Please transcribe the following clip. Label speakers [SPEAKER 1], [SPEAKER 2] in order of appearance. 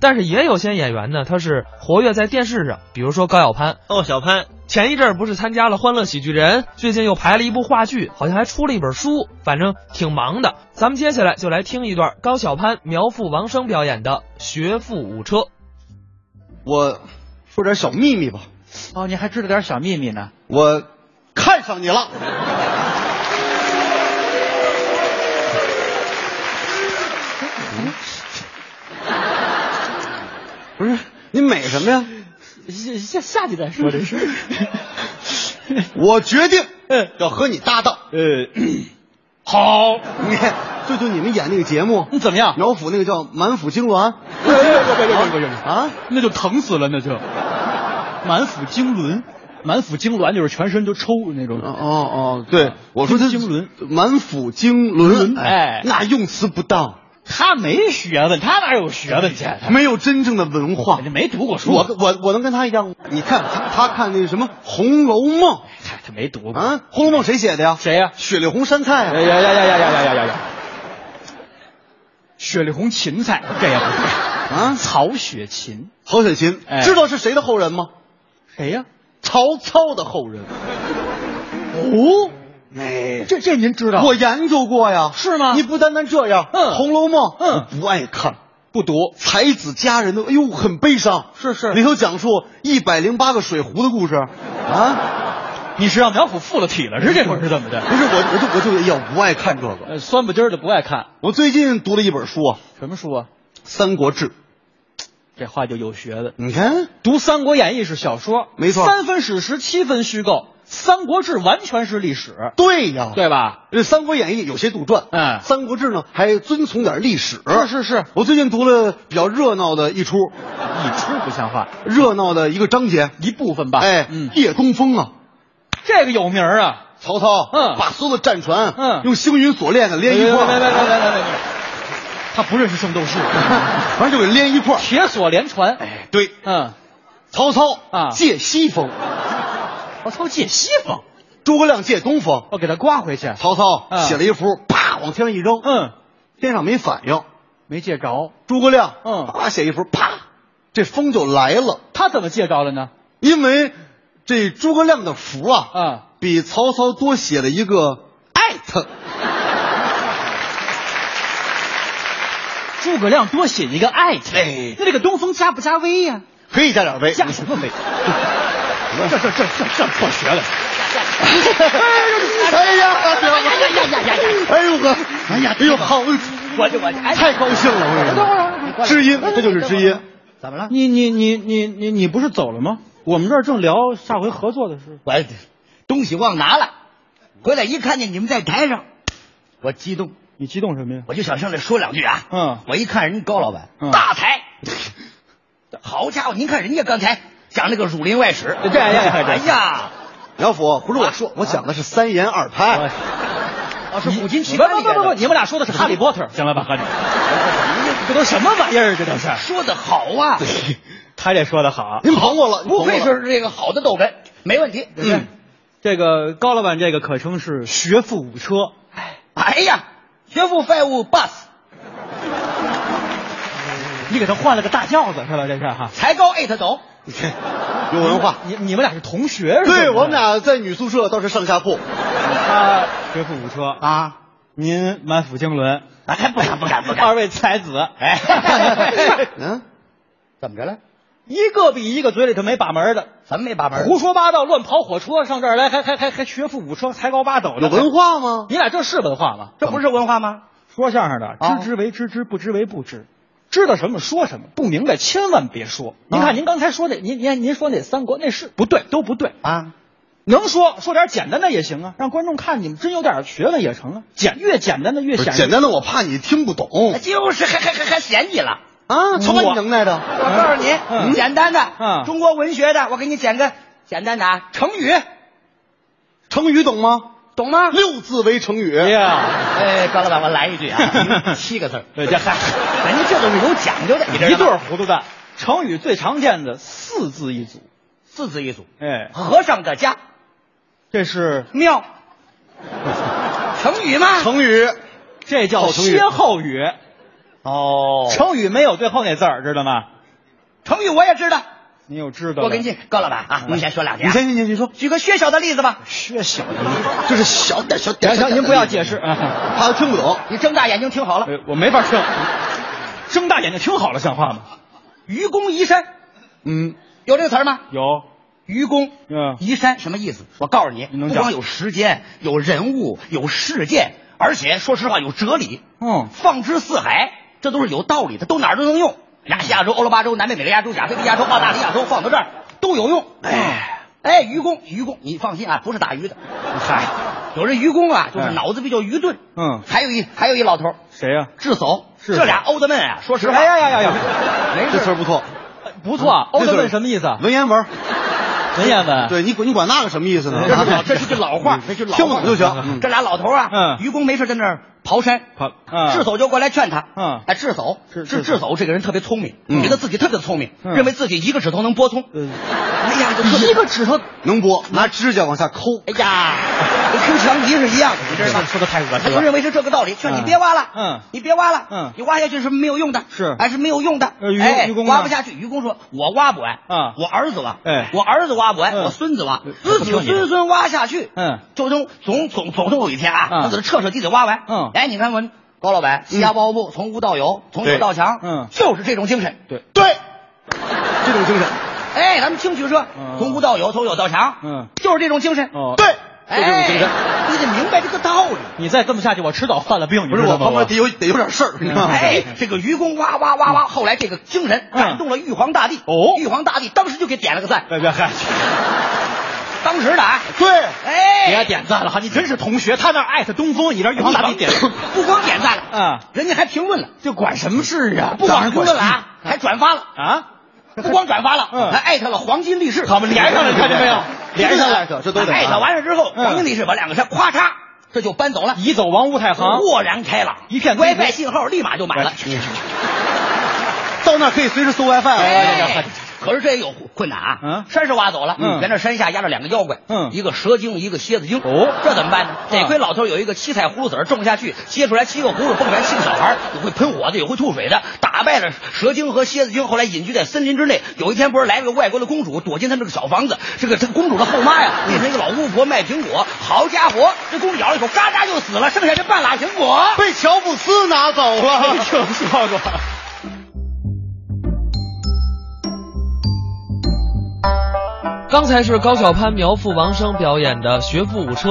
[SPEAKER 1] 但是也有些演员呢，他是活跃在电视上，比如说高晓攀，
[SPEAKER 2] 哦，小潘，
[SPEAKER 1] 前一阵儿不是参加了《欢乐喜剧人》，最近又排了一部话剧，好像还出了一本书，反正挺忙的。咱们接下来就来听一段高晓攀、苗阜、王声表演的《学富五车》。
[SPEAKER 3] 我说点小秘密吧，
[SPEAKER 4] 哦，您还知道点小秘密呢？
[SPEAKER 3] 我看上你了。不是你美什么呀？
[SPEAKER 4] 下下下去再说这 事儿。
[SPEAKER 3] 我决定
[SPEAKER 4] 嗯
[SPEAKER 3] 要和你搭档。
[SPEAKER 4] 呃，
[SPEAKER 3] 好，你看，就就你们演那个节目，
[SPEAKER 4] 嗯怎么样？
[SPEAKER 3] 苗阜那个叫《满腹痉挛》
[SPEAKER 4] 别别别别别别！
[SPEAKER 3] 啊，
[SPEAKER 4] 那就疼死了，那就满腹经纶，满腹痉挛就是全身都抽那种。
[SPEAKER 3] 哦哦，对，我说他
[SPEAKER 4] 经纶，
[SPEAKER 3] 满腹经纶，
[SPEAKER 4] 哎
[SPEAKER 3] 那用词不当，
[SPEAKER 4] 他没学问，他哪有学问去？
[SPEAKER 3] 没有真正的文化
[SPEAKER 4] 人。家没读过书，
[SPEAKER 3] 我我我能跟他一样吗？你看他他看那个什么《红楼梦
[SPEAKER 4] 嗨，他没读》过。
[SPEAKER 3] 啊，《红楼梦》谁写的呀？
[SPEAKER 4] 谁呀
[SPEAKER 3] 雪里红杉菜
[SPEAKER 4] 呀
[SPEAKER 3] 啊。
[SPEAKER 4] 呀呀呀呀呀呀呀！雪里红芹菜，这也不对
[SPEAKER 3] 啊
[SPEAKER 4] 曹雪芹，
[SPEAKER 3] 曹雪芹
[SPEAKER 4] 哎，
[SPEAKER 3] 知道是谁的后人吗？
[SPEAKER 4] 谁呀？
[SPEAKER 3] 曹操的后人。
[SPEAKER 4] 哦，
[SPEAKER 3] 哎，
[SPEAKER 4] 这这您知道？
[SPEAKER 3] 我研究过呀，
[SPEAKER 4] 是吗
[SPEAKER 3] 你不单单这样，
[SPEAKER 4] 嗯
[SPEAKER 3] 红楼梦》
[SPEAKER 4] 嗯
[SPEAKER 3] 我不爱看。
[SPEAKER 4] 不读，
[SPEAKER 3] 才子佳人的，哎呦，很悲伤。
[SPEAKER 4] 是是
[SPEAKER 3] 里头讲述一百零八个水壶的故事啊。
[SPEAKER 4] 你是让苗阜附了体了？是这会儿是怎么的？
[SPEAKER 3] 不是我，我就我就也不爱看这个。
[SPEAKER 4] 呃，酸不丁儿的不爱看
[SPEAKER 3] 我最近读了一本书啊，
[SPEAKER 4] 什么书啊？
[SPEAKER 3] 《三国志》，
[SPEAKER 4] 这话就有学问。
[SPEAKER 3] 你看
[SPEAKER 4] 读《三国演义》是小说，
[SPEAKER 3] 没错
[SPEAKER 4] 三分史实，七分虚构，《三国志》完全是历史，
[SPEAKER 3] 对呀，
[SPEAKER 4] 对吧？
[SPEAKER 3] 这《呃三国演义》有些杜撰，
[SPEAKER 4] 嗯
[SPEAKER 3] 《三国志》呢还遵从点历史。
[SPEAKER 4] 是是是，
[SPEAKER 3] 我最近读了比较热闹的一出，
[SPEAKER 4] 一出不像话，
[SPEAKER 3] 热闹的一个章节，
[SPEAKER 4] 一部分吧。
[SPEAKER 3] 哎，
[SPEAKER 4] 嗯，
[SPEAKER 3] 叶东风啊，
[SPEAKER 4] 这个有名儿啊。
[SPEAKER 3] 曹操，
[SPEAKER 4] 嗯
[SPEAKER 3] 把所有的战船，
[SPEAKER 4] 嗯哎
[SPEAKER 3] 用星云锁链给连一块
[SPEAKER 4] 来
[SPEAKER 3] 儿，
[SPEAKER 4] 来来来来来来，他不认识圣斗士，哎
[SPEAKER 3] 反正就给连一块儿。
[SPEAKER 4] 铁索连船。
[SPEAKER 3] 哎，对，
[SPEAKER 4] 嗯，
[SPEAKER 3] 曹操
[SPEAKER 4] 啊
[SPEAKER 3] 借西风，
[SPEAKER 4] 曹操借西风，
[SPEAKER 3] 诸葛亮借东风。
[SPEAKER 4] 我给他刮回去。
[SPEAKER 3] 曹操
[SPEAKER 4] 嗯
[SPEAKER 3] 写了一幅，啪往天上一扔，
[SPEAKER 4] 嗯，
[SPEAKER 3] 天上没反应。
[SPEAKER 4] 没借着，
[SPEAKER 3] 诸葛亮，
[SPEAKER 4] 嗯
[SPEAKER 3] 啪写一幅，啪，这风就来了。
[SPEAKER 4] 他怎么借着了呢？
[SPEAKER 3] 因为这诸葛亮的符啊，
[SPEAKER 4] 嗯，
[SPEAKER 3] 比曹操多写了一个艾特。
[SPEAKER 4] 诸葛亮多写一个艾特，
[SPEAKER 3] 哎
[SPEAKER 4] 那这个东风加不加威呀、
[SPEAKER 3] 可以加点威，
[SPEAKER 4] 加什么威？这这这这这破学了！
[SPEAKER 3] 哎呀，哎呀呀呀呀！哎呦我，哎呀，哎呦好，
[SPEAKER 4] 我就我就哎，
[SPEAKER 3] 太高兴了，我跟你说，知音，这就是知音。
[SPEAKER 4] 怎么了？你你你你你你不是走了吗？我们这儿正聊下回合作的事。
[SPEAKER 5] 我东西忘拿了，回来一看见你们在台上，我激动，
[SPEAKER 4] 你激动什么呀？
[SPEAKER 5] 我就想上来说两句啊。
[SPEAKER 4] 嗯
[SPEAKER 5] 我一看人家高老板、
[SPEAKER 4] 嗯
[SPEAKER 5] 大台，好家伙，您看人家刚才讲那个《儒林外史》，
[SPEAKER 4] 对对对对
[SPEAKER 5] 哎呀，
[SPEAKER 3] 苗阜，不是我说，我讲的是三言二
[SPEAKER 4] 哎
[SPEAKER 3] 拍。
[SPEAKER 5] 哦是古今奇
[SPEAKER 4] 不
[SPEAKER 5] 观里
[SPEAKER 4] 不
[SPEAKER 5] 边
[SPEAKER 4] 不
[SPEAKER 5] 的
[SPEAKER 4] 不不，你们俩说的是《哈利波特》，行了吧？哈利， 这都什么玩意儿？啊这都是。
[SPEAKER 5] 说的好啊，
[SPEAKER 4] 他这说的好，
[SPEAKER 3] 您捧我了，您捧
[SPEAKER 5] 不
[SPEAKER 3] 我了
[SPEAKER 5] 愧是这个好的逗哏，没问题。
[SPEAKER 4] 嗯，这个高老板这个可称是学富五车。
[SPEAKER 5] 哎呀，学富 five bus
[SPEAKER 4] 你给他换了个大轿子是吧？这是 哈。
[SPEAKER 5] 才高 eight 走，
[SPEAKER 3] 有文化。
[SPEAKER 4] 你你们俩是同学是吧？
[SPEAKER 3] 对我们俩在女宿舍倒是上下铺。
[SPEAKER 4] 他学富五车啊，您满腹经纶，
[SPEAKER 5] 哎，不敢不敢不敢。
[SPEAKER 4] 二位才子，
[SPEAKER 5] 哎
[SPEAKER 3] 嗯，
[SPEAKER 5] 怎么着了？
[SPEAKER 4] 一个比一个嘴里头没把门的，
[SPEAKER 5] 咱们没把门儿。
[SPEAKER 4] 胡说八道，乱跑火车，上这儿来还还还还学富五车，才高八斗的，
[SPEAKER 3] 有文化吗？
[SPEAKER 4] 你俩这是文化吗？
[SPEAKER 5] 这不是文化吗？
[SPEAKER 4] 说相声的，
[SPEAKER 5] 啊
[SPEAKER 4] 知之为知之，不知为不知。知道什么说什么，不明白千万别说。您看，您刚才说那，您您您说那三国那是不对，都不对。
[SPEAKER 5] 啊，
[SPEAKER 4] 能说说点简单的也行啊，让观众看你们真有点学问也成啊。简越简单的越
[SPEAKER 3] 不是
[SPEAKER 4] 显
[SPEAKER 3] 简单的，我怕你听不懂
[SPEAKER 5] 哎
[SPEAKER 4] 哎
[SPEAKER 5] 就是还还还还嫌你了。
[SPEAKER 3] 啊，瞧把你能耐的。
[SPEAKER 5] 我告诉你，
[SPEAKER 4] 嗯
[SPEAKER 5] 简单的，
[SPEAKER 4] 嗯
[SPEAKER 5] 中国文学的，我给你讲个简单的啊，成语，
[SPEAKER 3] 成语懂吗？
[SPEAKER 5] 懂吗？
[SPEAKER 3] 六字为成语。
[SPEAKER 4] 哎呀，
[SPEAKER 5] 哎，高老板，我来一句 啊，七个字儿，
[SPEAKER 4] 对，这嗨，
[SPEAKER 5] 人家这都是有讲究的，你知道
[SPEAKER 4] 一
[SPEAKER 5] 吗
[SPEAKER 4] 对儿糊涂蛋。成语最常见的四字一组，
[SPEAKER 5] 四字一组，
[SPEAKER 4] 哎，
[SPEAKER 5] 和尚的家
[SPEAKER 4] 这是
[SPEAKER 5] 庙，成语嘛，
[SPEAKER 3] 成语
[SPEAKER 4] 这叫
[SPEAKER 3] 好成语
[SPEAKER 4] 歇后语。
[SPEAKER 3] 哦
[SPEAKER 4] 成语没有最后那字儿，知道吗？
[SPEAKER 5] 成语我也知道，
[SPEAKER 4] 你有知道的？
[SPEAKER 5] 我给你高老板
[SPEAKER 4] 嗯
[SPEAKER 5] 啊，我先说两句、啊。
[SPEAKER 3] 你先，你先，你说。
[SPEAKER 5] 举个血小的例子吧。
[SPEAKER 4] 缺小的。
[SPEAKER 5] 就是小点小点
[SPEAKER 4] 行行，您不要解释。啊，
[SPEAKER 3] 他听不懂。
[SPEAKER 5] 你睁大眼睛听好了，
[SPEAKER 4] 呃我没法听。睁大眼睛听好了，像话吗？
[SPEAKER 5] 愚公移山
[SPEAKER 3] 嗯，
[SPEAKER 5] 有这个词儿吗？
[SPEAKER 4] 有，
[SPEAKER 5] 愚公，
[SPEAKER 4] 嗯
[SPEAKER 5] 移山什么意思？我告诉你，
[SPEAKER 4] 你能
[SPEAKER 5] 不
[SPEAKER 4] 讲
[SPEAKER 5] 光有时间，有人物，有事件，而且说实话有哲理。
[SPEAKER 4] 嗯
[SPEAKER 5] 放之四海，这都是有道理的，都哪儿都能用。亚细亚洲、欧罗巴洲、南美、美利亚洲、亚非利亚洲、澳大利亚洲，放到这儿都有用。哎哎，愚公，愚公，你放心啊，不是打鱼的。嗨，有这愚公啊，就是
[SPEAKER 4] 哎
[SPEAKER 5] 脑子比较愚钝。
[SPEAKER 4] 嗯
[SPEAKER 5] 还有一还有一老头儿
[SPEAKER 4] 谁呀、
[SPEAKER 5] 智叟，
[SPEAKER 4] 智叟
[SPEAKER 5] 这俩欧德曼啊，说实话，
[SPEAKER 4] 哎呀呀呀呀，
[SPEAKER 5] 没
[SPEAKER 3] 这词儿
[SPEAKER 5] 事，
[SPEAKER 3] 不错。
[SPEAKER 4] 不错啊，
[SPEAKER 3] 嗯
[SPEAKER 4] 欧德问什么意思啊？
[SPEAKER 3] 文言文儿，
[SPEAKER 4] 文言文。
[SPEAKER 3] 对你管你管那个什么意思 呢？啊
[SPEAKER 5] 这是老这是句老话，这句老
[SPEAKER 3] 听不
[SPEAKER 5] 话
[SPEAKER 3] 懂就行。嗯
[SPEAKER 5] 这俩老头儿啊，
[SPEAKER 4] 嗯
[SPEAKER 5] 愚公没事在那儿刨山，
[SPEAKER 4] 好，嗯
[SPEAKER 5] 智叟就过来劝他，
[SPEAKER 4] 嗯
[SPEAKER 5] 哎，智叟，智
[SPEAKER 4] 智
[SPEAKER 5] 智
[SPEAKER 4] 智
[SPEAKER 5] 叟这个人特别聪明，
[SPEAKER 3] 嗯
[SPEAKER 5] 觉得自己特别聪明，
[SPEAKER 4] 嗯
[SPEAKER 5] 认为自己一个指头能拨通，
[SPEAKER 4] 嗯
[SPEAKER 5] 哎呀，就特别
[SPEAKER 4] 一个指头，哎
[SPEAKER 3] 能播，拿指甲往下抠。
[SPEAKER 5] 哎呀，跟抠墙皮是一样的，你知道吗？
[SPEAKER 4] 说的太恶心了
[SPEAKER 5] 他就认为是这个道理，劝你
[SPEAKER 4] 嗯
[SPEAKER 5] 别挖了，
[SPEAKER 4] 嗯
[SPEAKER 5] 你别挖了，
[SPEAKER 4] 嗯
[SPEAKER 5] 你挖下去是没有用的，
[SPEAKER 4] 是
[SPEAKER 5] 哎，是没有用的，
[SPEAKER 4] 呃愚公
[SPEAKER 5] 哎
[SPEAKER 4] 愚公呢
[SPEAKER 5] 挖不下去。愚公说：“我挖不完，
[SPEAKER 4] 嗯
[SPEAKER 5] 我儿子挖，
[SPEAKER 4] 哎
[SPEAKER 5] 我儿子挖不完，
[SPEAKER 4] 嗯
[SPEAKER 5] 我孙子挖
[SPEAKER 4] 呃，
[SPEAKER 5] 子
[SPEAKER 4] 不听
[SPEAKER 5] 子
[SPEAKER 4] 你的
[SPEAKER 5] 孙孙挖下去，
[SPEAKER 4] 嗯，
[SPEAKER 5] 就总总总总总有一天啊，
[SPEAKER 4] 嗯
[SPEAKER 5] 能给他彻彻底底挖完，
[SPEAKER 4] 嗯
[SPEAKER 5] 哎，你看我们高老板，西家包铺从无到有，从有
[SPEAKER 3] 对
[SPEAKER 5] 到强，
[SPEAKER 4] 嗯
[SPEAKER 5] 就是这种精神，
[SPEAKER 4] 对
[SPEAKER 5] 对。”
[SPEAKER 3] 这种精神，
[SPEAKER 5] 哎，咱们听曲社，
[SPEAKER 4] 嗯
[SPEAKER 5] 从无到有，从有到强，
[SPEAKER 4] 嗯
[SPEAKER 5] 就是这种精神。
[SPEAKER 4] 哦
[SPEAKER 5] 对，
[SPEAKER 3] 就这种精神
[SPEAKER 5] 哎，你得明白这个道理。
[SPEAKER 4] 你再这么下去，我迟早犯了病，你
[SPEAKER 3] 不是
[SPEAKER 4] 知道
[SPEAKER 3] 我
[SPEAKER 4] 吗？嗯
[SPEAKER 3] 旁边得有得有点事儿，你知道吗？
[SPEAKER 5] 哎，这个愚公哇哇哇哇，后来这个精神感动了玉皇大帝。
[SPEAKER 4] 嗯哦
[SPEAKER 5] 玉皇大帝当时就给点了个赞，
[SPEAKER 4] 别别嗨，
[SPEAKER 5] 当时的啊，
[SPEAKER 4] 对，
[SPEAKER 5] 哎，
[SPEAKER 4] 别点赞了哈，你真是同学，他那儿艾特东风，你这儿玉皇大帝 点，
[SPEAKER 5] 不光点赞了，
[SPEAKER 4] 嗯
[SPEAKER 5] 人家还评论了，
[SPEAKER 4] 这管什么事啊
[SPEAKER 5] 不光评论了啊，还转发了，
[SPEAKER 4] 啊，
[SPEAKER 5] 不 光转发了，
[SPEAKER 4] 嗯
[SPEAKER 5] 还艾特了黄金律师。
[SPEAKER 4] 好嘛，连上了，看见没有？ 连上了，
[SPEAKER 3] 这这都得
[SPEAKER 5] 艾特完了之后，
[SPEAKER 4] 嗯
[SPEAKER 5] 黄金律师把两个山咵嚓，这就搬走了。
[SPEAKER 4] 移走王屋太行，
[SPEAKER 5] 豁然开朗，
[SPEAKER 4] 一片归
[SPEAKER 5] WiFi
[SPEAKER 4] 零哎
[SPEAKER 5] 信号立马就满了。
[SPEAKER 3] 到那儿可以随时搜 WiFi 了。
[SPEAKER 5] 哎，可是这也有困难啊！
[SPEAKER 4] 嗯
[SPEAKER 5] 山是挖走了，
[SPEAKER 4] 嗯
[SPEAKER 5] 在那山下压着两个妖怪，
[SPEAKER 4] 嗯
[SPEAKER 5] 一个蛇精，一个蝎子精。
[SPEAKER 4] 哦
[SPEAKER 5] 这怎么办呢？
[SPEAKER 4] 嗯
[SPEAKER 5] 得亏老头有一个七彩葫芦籽儿种下去，结出来七个葫芦，甭管是个小孩儿，有会喷火的，有会吐水的，打败了蛇精和蝎子精。后来隐居在森林之内。有一天，不是来了个外国的公主，躲进他们这个小房子。这个这公主的后妈呀，变成一个老巫婆卖苹果。好家伙，这公主咬了一口，嘎嘎就死了，剩下这半拉苹果。
[SPEAKER 3] 被乔布斯拿走 了。
[SPEAKER 4] 听说过。
[SPEAKER 1] 刚才是高晓攀、苗阜、王声表演的《学富五车》，